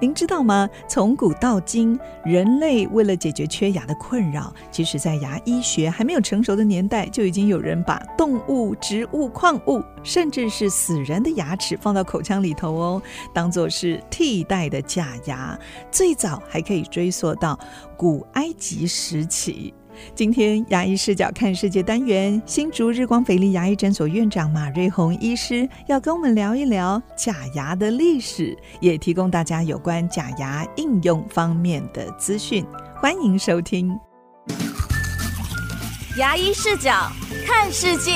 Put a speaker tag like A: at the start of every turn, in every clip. A: 您知道吗？从古到今，人类为了解决缺牙的困扰，其实在牙医学还没有成熟的年代，就已经有人把动物、植物、矿物，甚至是死人的牙齿放到口腔里头哦，当做是替代的假牙。最早还可以追溯到古埃及时期。今天牙医视角看世界单元，新竹日光斐丽牙医诊所院长马瑞红医师要跟我们聊一聊假牙的历史，也提供大家有关假牙应用方面的资讯。欢迎收听
B: 牙医视角看世界。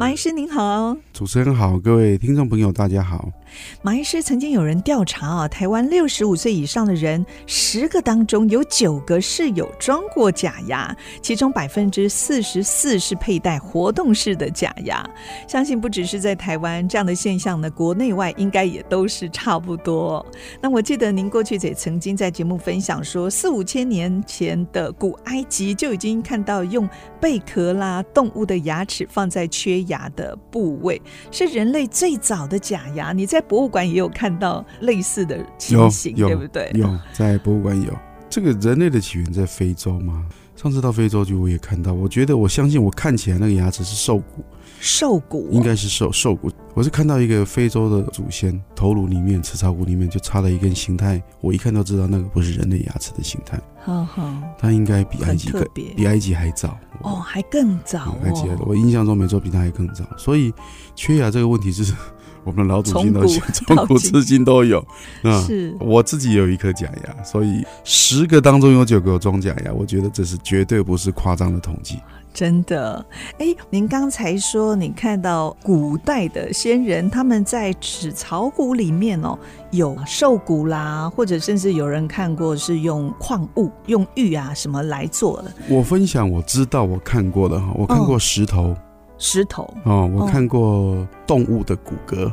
A: 马医师，您好。
C: 主持人好，各位听众朋友，大家好。
A: 马医师曾经有人调查啊，台湾六十五岁以上的人，十个当中有九个是有装过假牙，其中百分之四十四是佩戴活动式的假牙。相信不只是在台湾这样的现象呢，国内外应该也都是差不多。那我记得您过去也曾经在节目分享说，四五千年前的古埃及就已经看到用贝壳啦、动物的牙齿放在缺牙的部位，是人类最早的假牙。你在博物馆也有看到类似的情
C: 有
A: 形，
C: 有
A: 对不对？
C: 有在博物馆有这个人类的起源在非洲吗？上次到非洲去，我也看到，我觉得我相信我看起来那个牙齿是兽骨，
A: 兽骨啊
C: 应该是兽兽骨。我是看到一个非洲的祖先头颅里面、齿槽骨里面就插了一根形态，我一看就知道那个不是人类牙齿的形态，
A: 哈哈，
C: 它应该比埃
A: 很
C: 及
A: 特
C: 更
A: 别
C: 比埃及还早
A: 哦，还更早
C: 嗯埃及还早，
A: 哦，
C: 我印象中没错，比它还更早。所以缺牙这个问题是 我们的老祖先
A: 从
C: 到
A: 古
C: 现 从
A: 到
C: 古
A: 今
C: 至今都有。那
A: 是
C: 我自己有一颗假牙，所以十个当中有九个有装假牙，我觉得这是绝对不是夸张的统计。
A: 真的。哎，您刚才说你看到古代的先人他们在齿槽骨里面哦有兽骨啦，或者甚至有人看过是用矿物、用玉啊什么来做的
C: 我分享我知道我看过的哈，我看过石头
A: 石头，
C: 哦，我看过动物的骨骼，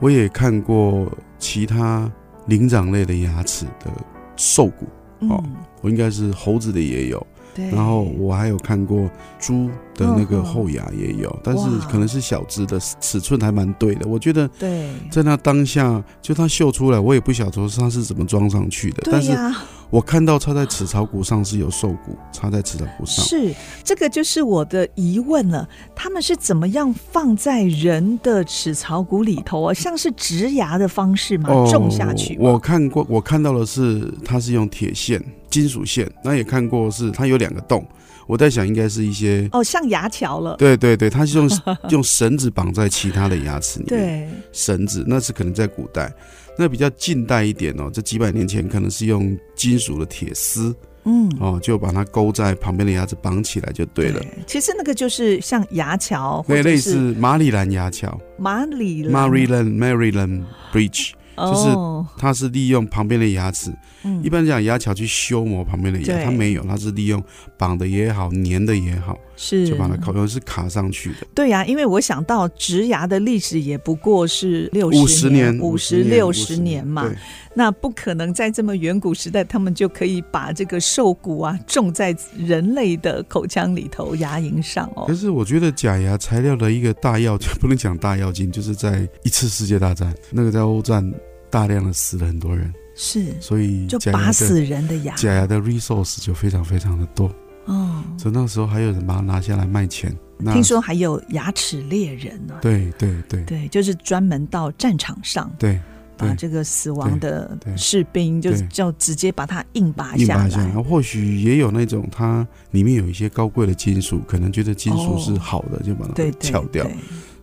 C: 我也看过其他灵长类的牙齿的兽骨，哦
A: 嗯，
C: 我应该是猴子的也有，
A: 对。
C: 然后我还有看过猪的那
A: 哎嗯
C: 个
A: 嗯
C: 后牙也有，但是
A: 哇
C: 可能是小只的尺寸还蛮对的，我觉得。
A: 对
C: 在那当下，就它秀出来，我也不晓得它是怎么装上去的。 但
A: 对
C: 是
A: 呀、
C: 我看到插在齿槽骨上是有兽骨，插在齿槽骨上。
A: 是这个就是我的疑问了，他们是怎么样放在人的齿槽骨里头啊？像是植牙的方式吗？种下去吗？
C: 哦我看过，我看到的是它是用铁线、金属线，那也看过是它有两个洞。我在想，应该是一些，
A: 哦，像牙桥了。
C: 对对对，它是用 用绳子绑在其他的牙齿里面。
A: 对，
C: 绳子那是可能在古代，那比较近代一点哦，这几百年前可能是用金属的铁丝
A: 嗯，
C: 哦，就把它勾在旁边的牙齿绑起来就对了。。
A: 其实那个就是像牙桥，或
C: 那
A: 者
C: 类
A: 是
C: 似马里兰牙桥
A: 马里兰
C: （Maryland Maryland Bridge），就是
A: 哦
C: 它是利用旁边的牙齿，
A: 嗯
C: 一般讲牙桥去修磨旁边的
A: 对
C: 牙，它没有，它是利用绑的也好，粘的也好，
A: 是
C: 就把它烤，有的是卡上去的。
A: 对呀、因为我想到植牙的历史也不过是六
C: 五十
A: 年、
C: 五
A: 十
C: 十
A: 六
C: 十
A: 年嘛，
C: 对
A: 那不可能在这么远古时代，他们就可以把这个兽骨啊种在人类的口腔里头、牙龈上哦
C: 可。是我觉得假牙材料的一个大要，就不能讲大要精，就是在一次世界大战，那个在欧战大量的死了很多人，
A: 是，
C: 所以
A: 就
C: 假牙
A: 拔
C: 的
A: 死人的牙。
C: 假牙的 resource 就非常非常的多。
A: 哦，
C: 所以那时候还有人把它拿下来卖钱。那
A: 听说还有牙齿猎人呢、
C: 对对对
A: 对，就是专门到战场上
C: 对，
A: 把
C: 对
A: 这个死亡的
C: 对对
A: 士兵，就
C: 对
A: 就直接把它硬拔
C: 硬
A: 下
C: 拔下来
A: 来。。
C: 或许也有那种它里面有一些高贵的金属，可能觉得金属是好的，就把它
A: 哦对对
C: 撬掉。
A: 对，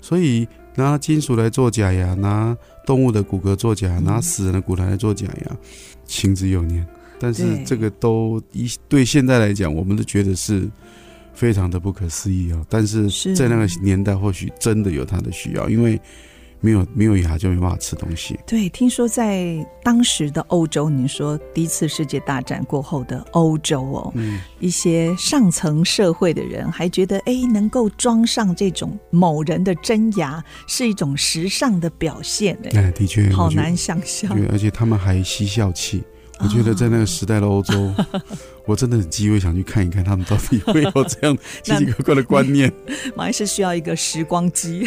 C: 所以拿金属来做假牙，拿动物的骨骼做假牙，
A: 嗯
C: 拿死人的骨头来做假牙，行之有年。但是
A: 对
C: 这个都一对现在来讲，我们都觉得是。非常的不可思议哦，但是
A: 是
C: 在那个年代，或许真的有它的需要，因为没有没有牙就没办法吃东西。
A: 对，听说在当时的欧洲，你说第一次世界大战过后的欧洲哦，
C: 嗯，
A: 一些上层社会的人还觉得，哎，能够装上这种某人的真牙是一种时尚的表现，哎，
C: 哎，的确，
A: 好
C: 我觉得
A: 难啊想象。
C: 对，而且他们还嬉笑气。我觉得在那个时代的欧洲，我真的很机会想去看一看他们到底会有这 样奇奇怪怪的观念。
A: 马来是需要一个时光 机，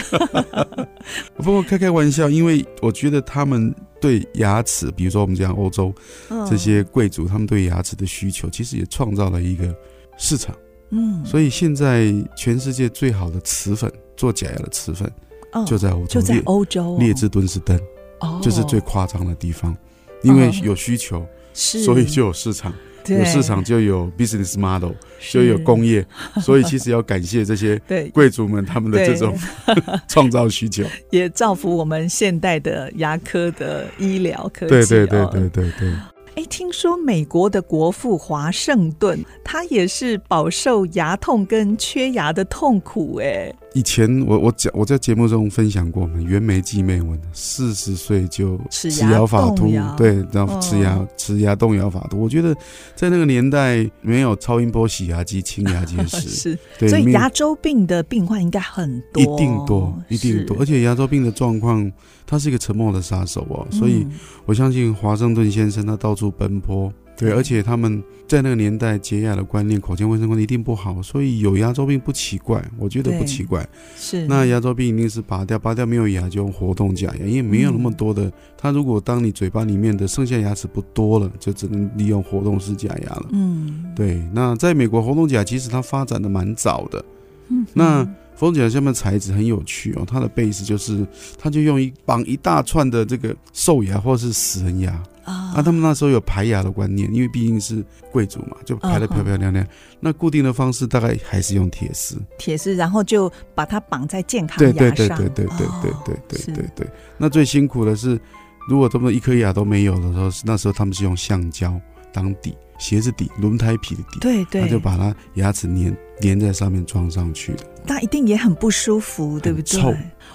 C: 不过开开玩笑，因为我觉得他们对牙齿，比如说我们讲欧洲
A: 嗯
C: 这些贵族，他们对牙齿的需求，其实也创造了一个市场。
A: 嗯，
C: 所以现在全世界最好的瓷粉，做假牙的瓷粉，
A: 嗯
C: 就在欧洲
A: 就在
C: 列
A: 欧洲哦
C: 列支敦士登，
A: 哦，
C: 这是最夸张的地方。因为有需求，
A: 是，
C: 所以就有市场，
A: 对
C: 有市场就有 business model，
A: 是
C: 就有工业，所以其实要感谢这些
A: 对，
C: 贵族们他们的这种 创造需求。
A: 也造福我们现代的牙科的医疗科技、
C: 对对对对。对对。
A: 哎，听说美国的国父华盛顿，他也是饱受牙痛跟缺牙的痛苦哎。
C: 以前我我讲我在节目中分享过，我们袁枚纪妹文四十岁就
A: 齿牙
C: 牙法
A: 动
C: 突
A: 摇，
C: 对，然后齿牙
A: 嗯
C: 齿牙动摇法突。我觉得在那个年代没有超音波洗牙机、清牙结石，
A: 是，
C: 对，
A: 所以
C: 没有
A: 牙周病的病患应该很多，
C: 一定多，一定多，而
A: 是，
C: 且牙周病的状况，它是一个沉默的杀手哦，所以
A: 嗯
C: 我相信华盛顿先生他到处奔波，对，
A: 对
C: 而且他们在那个年代洁牙的观念、口腔卫生观念一定不好，所以有牙周病不奇怪，我觉得不
A: 对
C: 奇怪。
A: 是
C: 那牙周病一定是拔掉，拔掉没有牙就用活动假牙，因为没有那么多的。它如果当你嘴巴里面的剩下牙齿不多了，就只能利用活动式假牙了。
A: 嗯，
C: 对，那在美国活动假其实它发展的蛮早的。
A: 嗯
C: 那活动假下面的材质很有趣哦，它的 base 就是它就用一绑一大串的这个兽牙或是死人牙。
A: 啊
C: 啊，他们那时候有排牙的观念，因为毕竟是贵族嘛，就排得漂漂亮亮。那固定的方式大概还是用铁丝。
A: 铁丝，然后就把它绑在健康
C: 对对
A: 牙
C: 对
A: 上，
C: 对对对对
A: 哦
C: 对对
A: 是
C: 对对。那最辛苦的是，如果他们一颗牙都没有的时候，那时候他们是用橡胶当底，鞋子底、轮胎皮的底，
A: 对对，
C: 他就把它牙齿粘粘在上面装上去的，
A: 那一定也很不舒服，对不对？
C: 臭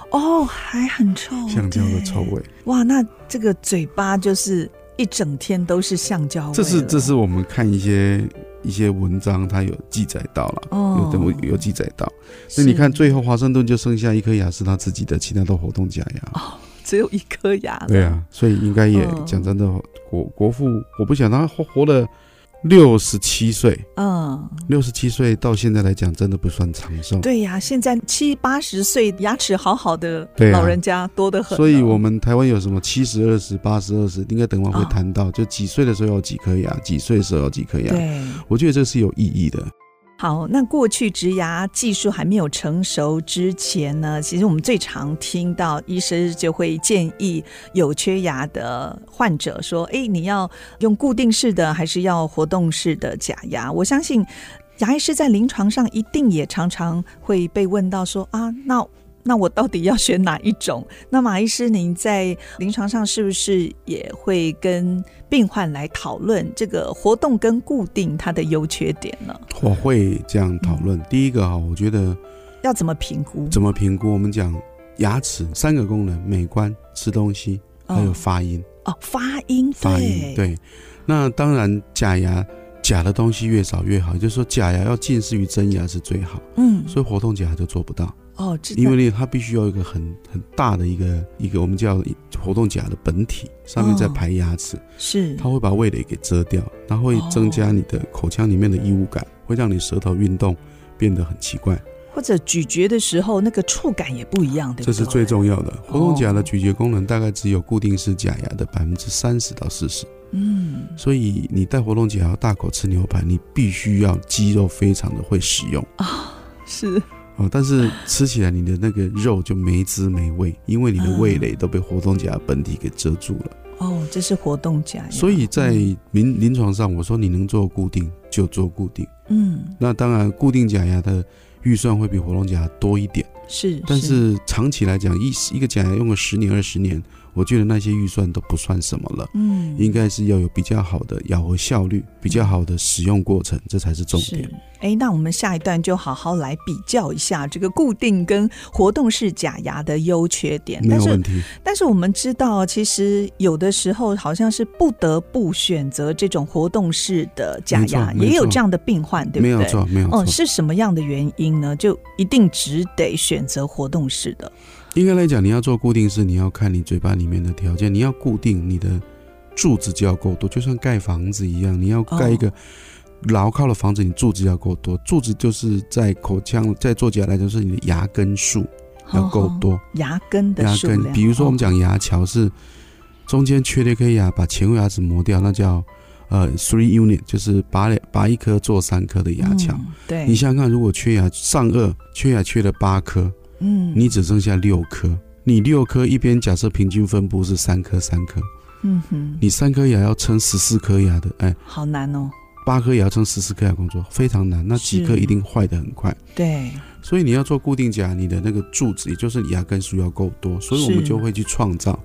A: 哦，还很臭，
C: 橡胶的臭
A: 对。
C: 味。
A: 哇，那这个嘴巴就是一整天都是橡胶味了。
C: 这是这是我们看一些一些文章，它有记载到了。
A: 哦
C: 有，的我有记载到，所以你看，最后华盛顿就剩下一颗牙是他自己的，其他都活动假牙。
A: 只有一颗牙了。
C: 对啊，所以应该也
A: 嗯
C: 讲真的，国国父，我不想他活活了六十七岁，
A: 嗯，
C: 六十七岁到现在来讲，真的不算长寿。
A: 对呀、现在七八十岁牙齿好好的
C: 对啊
A: 老人家多得很了、
C: 所以我们台湾有什么七十二十、八十二十，应该等会会
A: 嗯
C: 谈到，就几岁的时候有几颗牙，几岁的时候有几颗牙。
A: 对。
C: 我觉得这是有意义的。
A: 好，那过去植牙技术还没有成熟之前呢，其实我们最常听到医生就会建议有缺牙的患者说：“哎，你要用固定式的还是要活动式的假牙？”我相信牙医师在临床上一定也常常会被问到说：“啊，那。”那我到底要选哪一种？那马医师，您在临床上是不是也会跟病患来讨论这个活动跟固定它的优缺点呢？
C: 我会这样讨
A: 嗯
C: 论。第一个哈，我觉得
A: 要怎么评估？
C: 怎么评估？我们讲牙齿三个功能：美观、吃东西，还有
A: 哦
C: 发音。
A: 哦，发音，
C: 哎发音。，对，那当然假牙假的东西越少越好，也就是说假牙要近似于真牙是最好，
A: 嗯，
C: 所以活动假牙就做不到，
A: 哦，知道
C: 因为呢它必须要有一个很很大的一个一个我们叫活动假牙的本体，上面再
A: 哦
C: 排牙齿，
A: 是
C: 它会把味蕾给遮掉，它会增加你的口腔里面的异物
A: 哦
C: 感，会让你舌头运动变得很奇怪，
A: 或者咀嚼的时候那个触感也不一样，对不
C: 这
A: 对？
C: 是最重要的。活动假牙
A: 哦
C: 的咀嚼功能大概只有固定式假牙的百分之三十到四十。
A: 嗯，
C: 所以你戴活动假牙大口吃牛排，你必须要肌肉非常的会使用
A: 是
C: 哦，但是吃起来你的那个肉就没滋没味，因为你的味蕾都被活动假牙本体给遮住了。
A: 哦，这是活动假牙，
C: 所以在临临床上，我说你能做固定就做固定。
A: 嗯
C: 那当然，固定假牙的预算会比活动假牙多一点，
A: 是，
C: 但是长期来讲，一一个假牙用个十年二十年，我我觉得那些预算都不算什么了。
A: 嗯，
C: 应该是要有比较好的咬合效率，比较好的使用过程，这才是重
A: 是
C: 点。。
A: 哎，那我们下一段就好好来比较一下这个固定跟活动式假牙的优缺点。
C: 没
A: 但
C: 有
A: 是
C: 问题，
A: 但是我们知道，其实有的时候好像是不得不选择这种活动式的假牙，
C: 没错
A: 也有
C: 没错
A: 这样的病患，对不
C: 没
A: 对？
C: 有错，没有错
A: 哦，。是什么样的原因呢？就一定只得选择活动式的。
C: 应该来讲，你要做固定式，你要看你嘴巴里面的条件，你要固定你的柱子就要够多，就像盖房子一样，你要
A: 哦
C: 盖一个牢靠的房子，你柱子要够多。柱子就是在口腔，在做起来来讲是你的牙根数要够多，
A: 牙根哦的
C: 牙
A: 数
C: 根。
A: 量，
C: 比如说我们
A: 哦
C: 讲牙桥是中间缺了一颗牙，把前后牙齿磨掉，那叫呃 three unit，就是拔两拔一颗做三颗的牙桥。
A: 嗯对，
C: 你想想看，如果缺牙上颚缺牙缺了八颗，
A: 嗯
C: 你只剩下六颗。你六颗一边假设平均分布是三颗三颗，
A: 嗯哼，
C: 你三颗牙要撑十四颗牙的，哎，
A: 好难哦。
C: 八颗牙撑十四颗牙工作非常难，那几颗
A: 是
C: 一定坏的很快。
A: 对，
C: 所以你要做固定假，你的那个柱子，也就是牙根数要够多，所以我们
A: 是呃
C: 就会去创造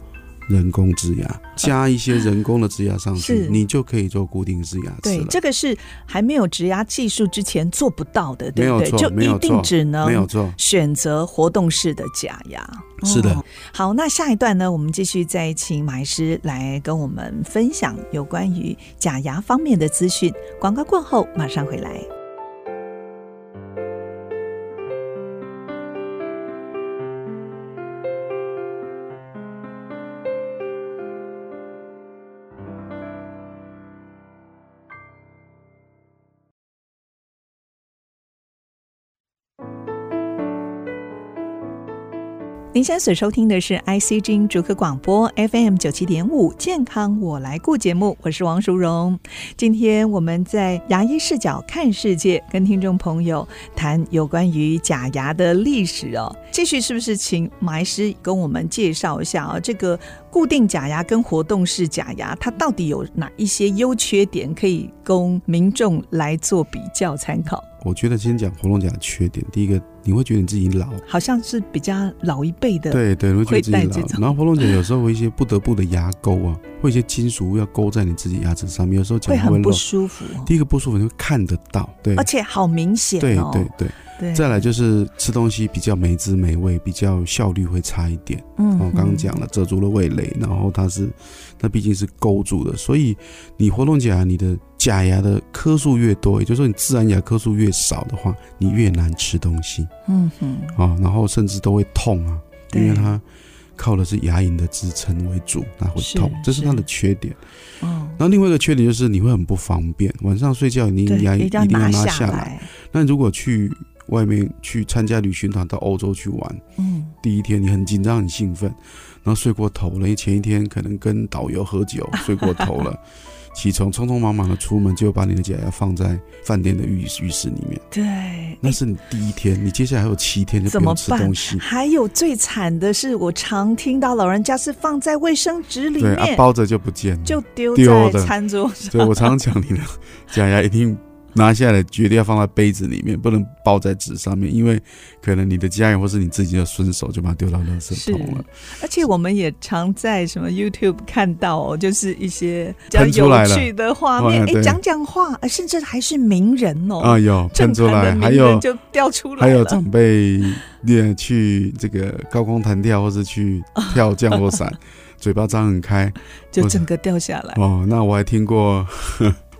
C: 人工植牙，加一些人工的植牙上
A: 是
C: 去，你就可以做固定式牙齿
A: 对，
C: 了。
A: 这个是还没有植牙技术之前做不到的，对
C: 没
A: 不
C: 有
A: 对？
C: 错
A: 就
C: 没有
A: 一定
C: 错
A: 只能
C: 没有错，
A: 选择活动式的假牙。
C: 是的
A: 哦好，那下一段呢，我们继续再请马医师来跟我们分享有关于假牙方面的资讯。广告过后马上回来。您现在所收听的是 IC 之音逐客广播 FM 九七点五健康我来顾节目，我是王淑荣。今天我们在牙医视角看世界，跟听众朋友谈有关于假牙的历史哦。继续是不是请马医师跟我们介绍一下啊、这个固定假牙跟活动式假牙，它到底有哪一些优缺点可以供民众来做比较参考？
C: 我觉得先讲活动假的缺点，第一个你会觉得你自己老，
A: 好像是比较老一辈的，
C: 对对，你会觉
A: 会
C: 得
A: 带
C: 自己
A: 这种
C: 老。然后活动假有时候会一些不得不的牙钩啊，会一些金属物要勾在你自己牙齿上面，有时候讲
A: 会
C: 话会
A: 很不
C: 漏。
A: 舒服哦、
C: 第一个不舒服你会看得到，对
A: 而且好明显
C: 嗯对
A: 哦。
C: 对对。
A: 对
C: 再来就是吃东西比较没滋没味，比较效率会差一点。
A: 嗯
C: 我哦刚刚讲
A: 了，
C: 了，遮住了味蕾，然后它是，那毕竟是勾住的，所以你活动假牙，你的假牙的颗数越多，也就是说你自然牙颗数越少的话，你越难吃东西
A: 嗯哼，
C: 啊、然后甚至都会痛啊，
A: 对
C: 因为它靠的是牙龈的支撑为主，它会
A: 是
C: 痛，这是它
A: 是
C: 的缺点。
A: 哦，
C: 然后另外一个缺点就是你会很不方便，晚上睡觉你
A: 对，
C: 牙龈
A: 一定要
C: 一定
A: 拿
C: 要拿下来。
A: 来，
C: 那如果去外面去参加旅行团到欧洲去玩，
A: 嗯，
C: 第一天你很紧张很兴奋，然后睡过头了，因为前一天可能跟导游喝酒睡过头 了，起床匆匆忙忙的出门，就把你的假牙放在饭店的浴浴室里面，
A: 对。
C: 那是你第一天，你接下来还有七天就
A: 怎
C: 不
A: 么
C: 用吃
A: 办
C: 东西？，
A: 还有最惨的是，我常听到老人家是放在卫生纸里
C: 对，啊
A: 面，
C: 包着就不见了。
A: 就丢
C: 丢
A: 在
C: 的
A: 餐桌上。
C: 所以我常常讲， 你的假牙一定拿下来，绝对要放在杯子里面，不能包在纸上面，因为可能你的家人或是你自己的顺手就把它丢到垃圾桶了。
A: 而且我们也常在什么 YouTube 看到哦，就是一些比较
C: 喷出来
A: 有
C: 了
A: 趣的画面，
C: 哎
A: 哎，
C: 对
A: 讲讲话，呃甚至还是名人哦，
C: 啊，有
A: 正
C: 喷出
A: 常的
C: 来，
A: 名
C: 还
A: 人
C: 有
A: 就掉出来
C: 还
A: 了
C: 有长辈也去这个高空弹跳，或是去跳降落 伞，嘴巴张很开
A: 就
C: 我
A: 整个掉下来，
C: 哦。那我还听过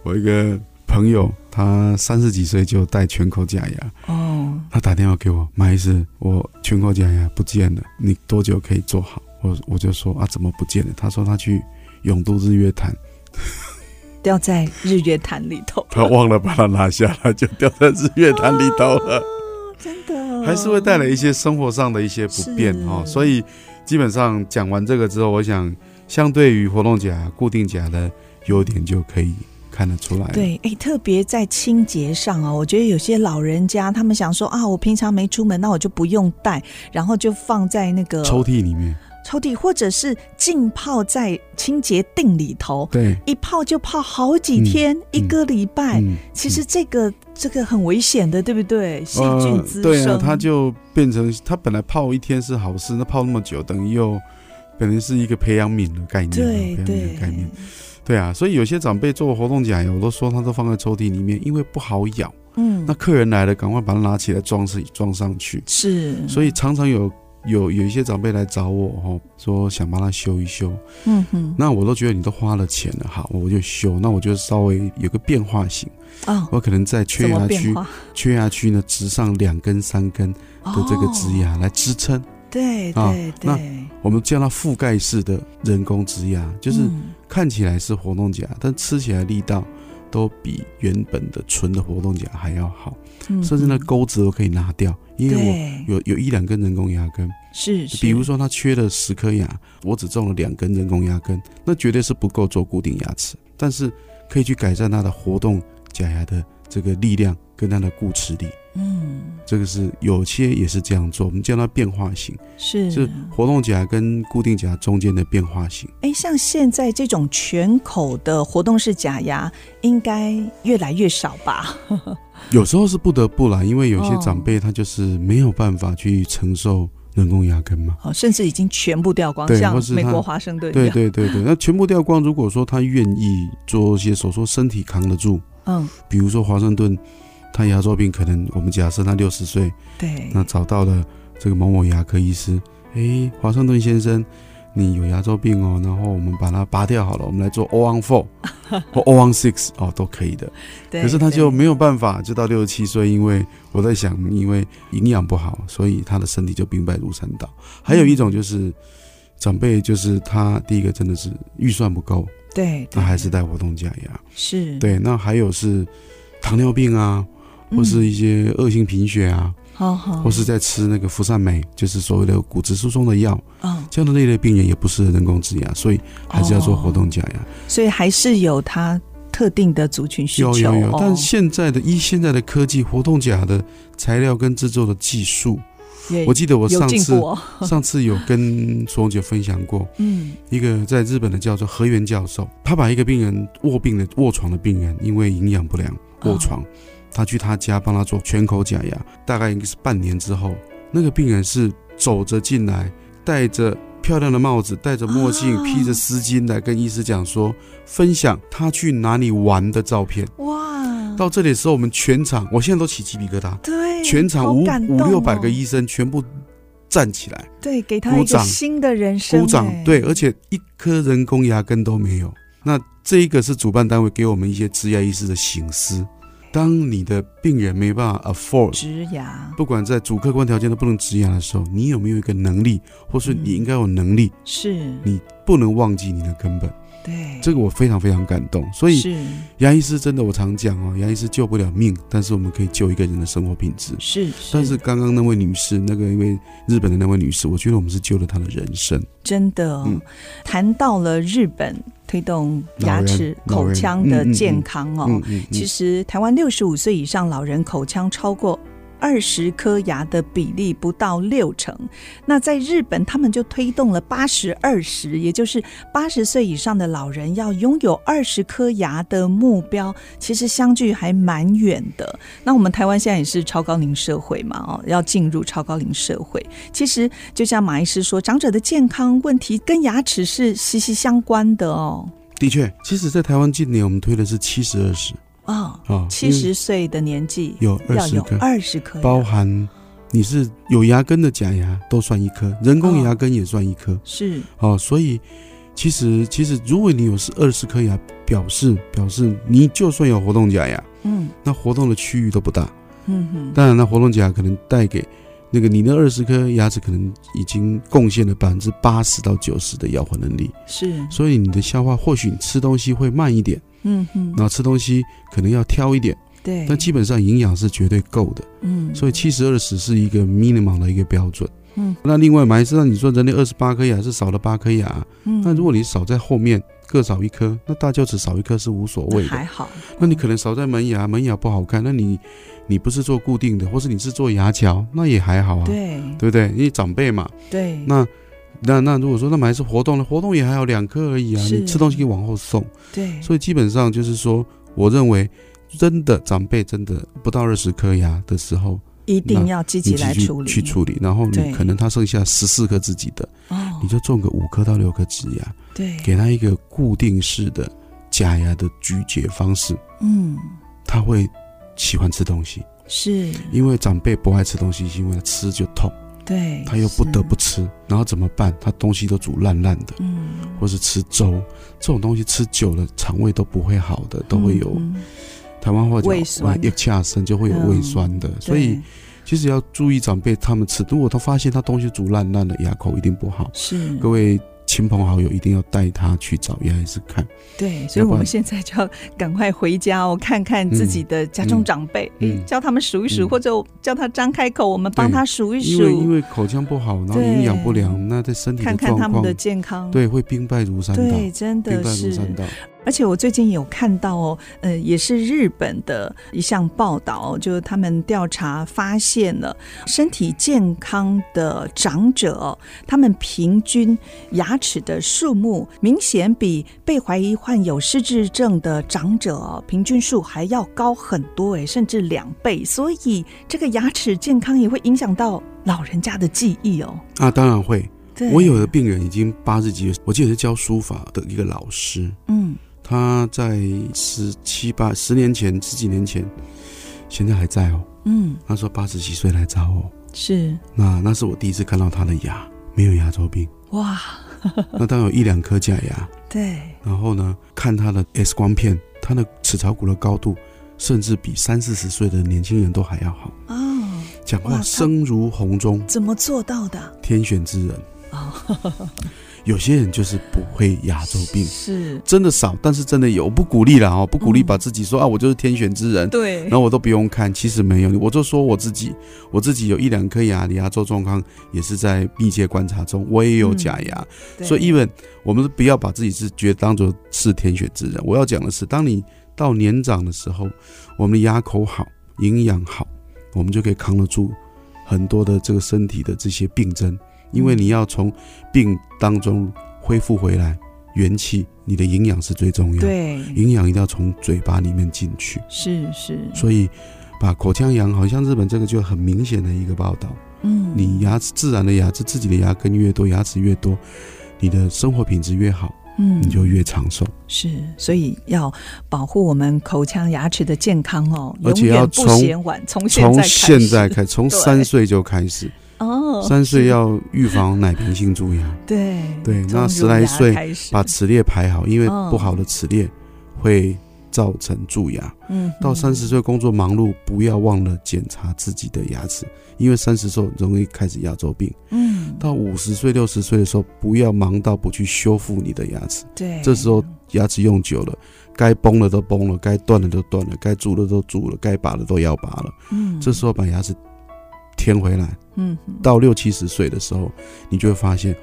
C: 我一个朋友，他三十几岁就戴全口假牙，
A: 哦，
C: 他打电话给我，马医师，我全口假牙不见了，你多久可以做好？我我就说啊，怎么不见了？他说他去永都日月 潭，
A: 掉在日月潭里头。
C: 他忘了把它拿下来，就掉在日月潭里头了。
A: 哦真的
C: 还是会带来一些生活上的一些不便
A: 是
C: 哦。所以基本上讲完这个之后，我想相对于活动假、固定假的优点就可以看得出来了。
A: 对，哎，特别在清洁上啊，我觉得有些老人家他们想说啊，我平常没出门，那我就不用带，然后就放在那个
C: 抽屉里面，
A: 抽屉，或者是浸泡在清洁锭里头，
C: 对，
A: 一泡就泡好几天，一个礼拜。
C: 嗯，
A: 其实这个、这个很危险的，对不
C: 呃
A: 对？细菌滋生，
C: 啊呃、对啊，它就变成它本来泡一天是好事，那泡那么久，等于又可能是一个培养皿的概念啊，
A: 对
C: 培养皿的概念
A: 对，，
C: 对啊，所以有些长辈做活动假牙，我都说他都放在抽屉里面，因为不好咬。
A: 嗯
C: 那，客人来了，赶快把它拿起来装上装上去。
A: 是，
C: 所以常常有有有一些长辈来找我哦，说想帮他修一修，
A: 嗯哼，
C: 那我都觉得你都花了钱了，好，我就修。那我就稍微有个变化型，
A: 哦，
C: 我可啊能在缺
A: 怎么
C: 牙
A: 变
C: 区
A: 化？
C: 缺牙区呢植上两根三根的
A: 的
C: 这个植，
A: 哦
C: 牙来支撑。
A: 对
C: 啊
A: 对
C: 那
A: 对，
C: 我们叫它覆盖式的人工植牙，就是
A: 嗯
C: 看起来是活动假，但吃起来力道都比原本的纯的活动假还要好，
A: 嗯
C: 甚至那
A: 哼
C: 钩子都可以拿掉，因为
A: 对
C: 我有有一两根人工牙根，
A: 是，
C: 比如
A: 是
C: 说他缺了十颗牙，我只种了两根人工牙根，那绝对是不够做固定牙齿，但是可以去改善它的活动假牙的这个力量跟它的固齿力，
A: 嗯
C: 这个是有些也是这样做，我们叫它变化型，是
A: 是，
C: 活动假跟固定假中间的变化型。
A: 哎，像现在这种全口的活动式假牙，应该越来越少吧？
C: 有时候是不得不啦，因为有些
A: 哦
C: 长辈他就是没有办法去承受人工牙根嘛。
A: 哦，甚至已经全部掉光，
C: 对
A: 像
C: 或是
A: 美
C: 它
A: 国华盛顿一
C: 对
A: 样，
C: 对对对，那全部掉光，如果说他愿意做一些手术，身体扛得住，
A: 嗯，
C: 比如说华盛顿，他牙周病可能我们假设他六十岁，
A: 对，
C: 那找到了这个某某牙科医师，诶，华盛顿先生，你有牙周病哦，然后我们把它拔掉好了，我们来做 O on four 或 O on six 哦都可以的。
A: 对
C: 可是他就
A: 对
C: 没有办法，就到六十七岁，因为我在想，因为营养不好，所以他的身体就兵败如山倒。还有一种就是
A: 嗯
C: 长辈，就是他第一个真的是预算不够，
A: 对，
C: 那
A: 对
C: 还是戴活动假牙。
A: 是，
C: 对，那还有是糖尿病啊，
A: 嗯，哦
C: 或是一些恶性贫血啊，
A: 好好，
C: 或是在吃那个福善美，就是所谓的骨质疏松的药，
A: 嗯，
C: 这样的类的病人也不适合人工植牙，所以还是要做活动
A: 哦，
C: 假牙。
A: 所以还是有它特定的族群需
C: 有
A: 求，
C: 有有
A: 哦，
C: 但现在的依现在的科技，活动假的材料跟制作的技术，
A: 也
C: 我记得我
A: 有
C: 上
A: 进
C: 次
A: 步哦，
C: 上次有跟苏红姐分享过，
A: 嗯，
C: 一个在日本的教授何源教授，他把一个病人卧病的卧床的病人，因为营养不良卧
A: 哦
C: 床，他去他家帮他做全口假牙，大概应该是半年之后，那个病人是走着进来，戴着。漂亮的帽子，戴着墨镜，
A: 啊
C: 披着丝巾来跟医师讲说，分享他去哪里玩的照片。
A: 哇，
C: 到这里的时候，我们全场，我现在都起鸡皮疙瘩，
A: 对，
C: 全场
A: 哎好
C: 五
A: 感
C: 五
A: 动
C: 六百
A: 哦
C: 个医生全部站起来，
A: 对，给他
C: 鼓
A: 一个
C: 掌
A: 新的人生，
C: 鼓掌
A: 哎，
C: 对，而且一颗人工牙根都没有。那这一个是主办单位给我们一些植牙医师的醒思：当你的病人没办法 afford，
A: 植牙
C: 不管在主客观条件都不能植牙的时候，你有没有一个能力，或是
A: 嗯
C: 你应该有能力，
A: 是，
C: 你不能忘记你的根本。
A: 对，
C: 这个我非常非常感动。所以
A: 嗯是
C: 牙医师真的，我常讲哦，牙医师救不了命，但是我们可以救一个人的生活品质。
A: 是，
C: 但是刚刚那位女士，那个因为日本的那位女士，我觉得我们是救了她的人生。
A: 真的、哦
C: 嗯
A: 谈到了日本推动牙齿、
C: 老
A: 口
C: 人
A: 腔的健康哦。
C: 嗯嗯嗯
A: 其实，台湾六十五岁以上老人口腔超过二十颗牙的比例不到六成。那在日本，他们就推动了八十二十，也就是八十岁以上的老人要拥有二十颗牙的目标，其实相距还蛮远的。那我们台湾现在也是超高龄社会嘛，哦，要进入超高龄社会。其实就像马医师说，长者的健康问题跟牙齿是息息相关的哦。
C: 的确，其实，在台湾近年我们推的是七十二十
A: 啊、
C: 啊，
A: 七十岁的年纪
C: 因为有二
A: 要
C: 十
A: 有
C: 颗，
A: 二十颗牙，
C: 包含你是有牙根的假牙都算一颗，人工牙根也算一颗
A: 是
C: 哦、所以其实其实如果你有是二十颗牙，表示表示你就算有活动假牙，
A: 嗯
C: 那活动的区域都不大。
A: 嗯哼，
C: 当然了，活动假牙可能带给那个你那二十颗牙齿可能已经贡献了百分之八十到九十的咬合能力，
A: 是
C: 所以你的消化或许你吃东西会慢一点，
A: 嗯哼
C: 然，后吃东西可能要挑一点。
A: 对，
C: 但基本上营养是绝对够的，
A: 嗯，
C: 所以七十二十是一个 minimum 的一个标准。
A: 嗯，
C: 那另外，马医师，那你说人类二十八颗牙是少了八颗牙，
A: 嗯
C: 那如果你少在后面各少一颗，那大臼齿少一颗是无所
A: 那
C: 谓
A: 还
C: 的。
A: 好，
C: 那你可能少在门牙，门牙不好看，那你你不是做固定的，或是你是做牙桥，那也还好啊，
A: 对
C: 对不对？因为长辈嘛，
A: 对，
C: 那那那如果说那么还是活动呢，活动也还有两颗而已啊，
A: 是
C: 你吃东西可以往后送。
A: 对，
C: 所以基本上就是说，我认为真的长辈真的不到二十颗牙的时候，
A: 一定要积
C: 你
A: 极来
C: 去
A: 处理，
C: 去处理，然后
A: 对
C: 你可能他剩下十四颗自己的，
A: 哦，
C: 你就种个五颗到六颗植牙，
A: 对，
C: 给它一个固定式的假牙的咀嚼方式，
A: 嗯，
C: 它会喜欢吃东西。
A: 是，
C: 因为长辈不爱吃东西，是因为吃就痛，
A: 对，
C: 他又不得不吃，然后怎么办？他东西都煮烂烂的，
A: 嗯，
C: 或是吃粥这种东西吃久了，肠胃都不会好的，都会有、
A: 嗯
C: 台湾话
A: 胃
C: 讲哎
A: 酸嗯
C: 哇，一下身就会有胃酸的，所以
A: 对
C: 其实要注意长辈他们吃，如果他发现他东西煮烂烂了，牙口一定不好。
A: 是
C: 各位亲朋好友一定要带他去找牙医师看，
A: 对，所以
C: 要不
A: 我们
C: 然
A: 现在就要赶快回家哦，看看自己的家中长辈，诶
C: 嗯嗯
A: 叫他们数一数，
C: 嗯
A: 或者叫他张开口，我们帮
C: 对
A: 他数一
C: 因为因
A: 数，
C: 为口腔不好，然后
A: 对
C: 营养不良，那对身体
A: 看
C: 的
A: 看
C: 状
A: 他们
C: 况，
A: 的健康。
C: 对会兵败如山
A: 对。
C: 倒，
A: 真
C: 兵
A: 的
C: 败如
A: 是，
C: 山倒。
A: 而且我最近有看到哦，呃，也是日本的一项报道哦，就是他们调查发现了身体健康的长者哦，他们平均牙齿的数目明显比被怀疑患有失智症的长者哦，平均数还要高很多诶，甚至两倍。所以这个牙齿健康也会影响到老人家的记忆哦。
C: 啊，当然会。
A: 对
C: 我有的病人已经八十几岁，我记得是教书法的一个老师，
A: 嗯
C: 他在十七八十年前、十几年前，现在还在哦。
A: 嗯
C: 他说八十几岁来找我，
A: 是
C: 那那是我第一次看到他的牙没有牙 周病，
A: 哇
C: 那当然有一两颗假牙。
A: 对
C: 然后呢，看他的 X 光片，他的齿槽骨的高度，甚至比三四十岁的年轻人都还要好。
A: 哦，
C: 讲
A: 哇
C: 话
A: 他
C: 声如洪钟，
A: 怎么做到的啊？
C: 天选之人。
A: 哦
C: 有些人就是不会牙周病，
A: 是，
C: 真的少，但是真的有，我不鼓励了哦，不鼓励
A: 嗯
C: 把自己说、啊，我就是天选之人，
A: 对
C: 然，后我都不用看，其实没有，我就说我自己，我自己有一两颗牙的牙周状况，也是在密切观察中，我也有假牙，
A: 嗯对
C: 所以 even 我们不要把自己是觉得当做是天选之人，我要讲的是，当你到年长的时候，我们的牙口好，营养好，我们就可以扛得住很多的这个身体的这些病症，因为你要从病当中恢复回来元气，你的营养是最重要的。
A: 对，
C: 营养一定要从嘴巴里面进去，
A: 是是，
C: 所以把口腔养好，像日本这个就很明显的一个报道，
A: 嗯，
C: 你牙齿自然的牙齿，自己的牙根越多，牙齿越多，你的生活品质越好，
A: 嗯
C: 你就越长寿，
A: 是，所以要保护我们口腔牙齿的健康哦，
C: 而且
A: 永远
C: 要
A: 不
C: 从
A: 嫌晚，从现
C: 从
A: 在开
C: 现
A: 始
C: 在开 始，从
A: 对
C: 三岁就开始，
A: 哦，
C: 三岁
A: 是
C: 要预防奶瓶性蛀牙，
A: 对
C: 对
A: 从
C: 那十
A: 乳
C: 来
A: 牙
C: 岁
A: 开始
C: 把齿列排好，因为
A: 嗯
C: 不好的齿列会造成蛀牙。
A: 嗯
C: 到
A: 哼
C: 三十岁工作忙碌，不要忘了检查自己的牙齿，因为三十岁容易开始牙周病。
A: 嗯
C: 到五十岁、六十岁的时候，不要忙到不去修复你的牙齿，
A: 对，
C: 这时候牙齿用久了，该崩了都崩了，该断了都断了，该蛀了都蛀了，该拔了都要拔了。
A: 嗯
C: 这时候把牙齿填回来，
A: 嗯哼
C: 到六七十岁的时候，你就会发现，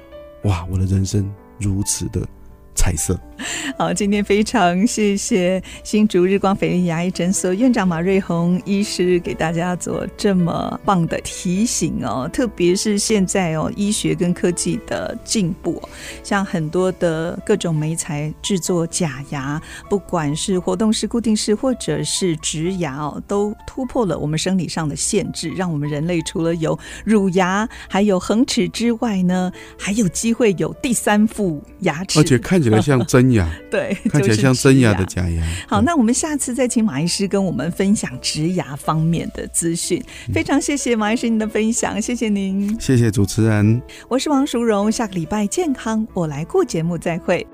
C: 哇，我的人生如此的彩色。
A: 好，今天非常谢谢新竹日光斐丽牙医诊所院长马瑞红医师给大家做这么棒的提醒哦，特别是现在哦，医学跟科技的进步哦、像很多的各种媒材制作假牙，不管是活动式、固定式或者是植牙哦，都突破了我们生理上的限制，让我们人类除了有乳牙还有恒齿之外呢，还有机会有第三副牙齿，
C: 而且看起来像真牙，
A: 对，
C: 看 起
A: 就
C: 来
A: 是
C: 像真牙
A: 植
C: 的嗯假牙。
A: 好，那我们下次再请马医师跟我们分享植牙方面的资讯。
C: 嗯
A: 非常谢谢马医师您的分享，谢谢您。
C: 谢谢主持人。
A: 我是王淑荣，下个礼拜健康我来顾节目再会。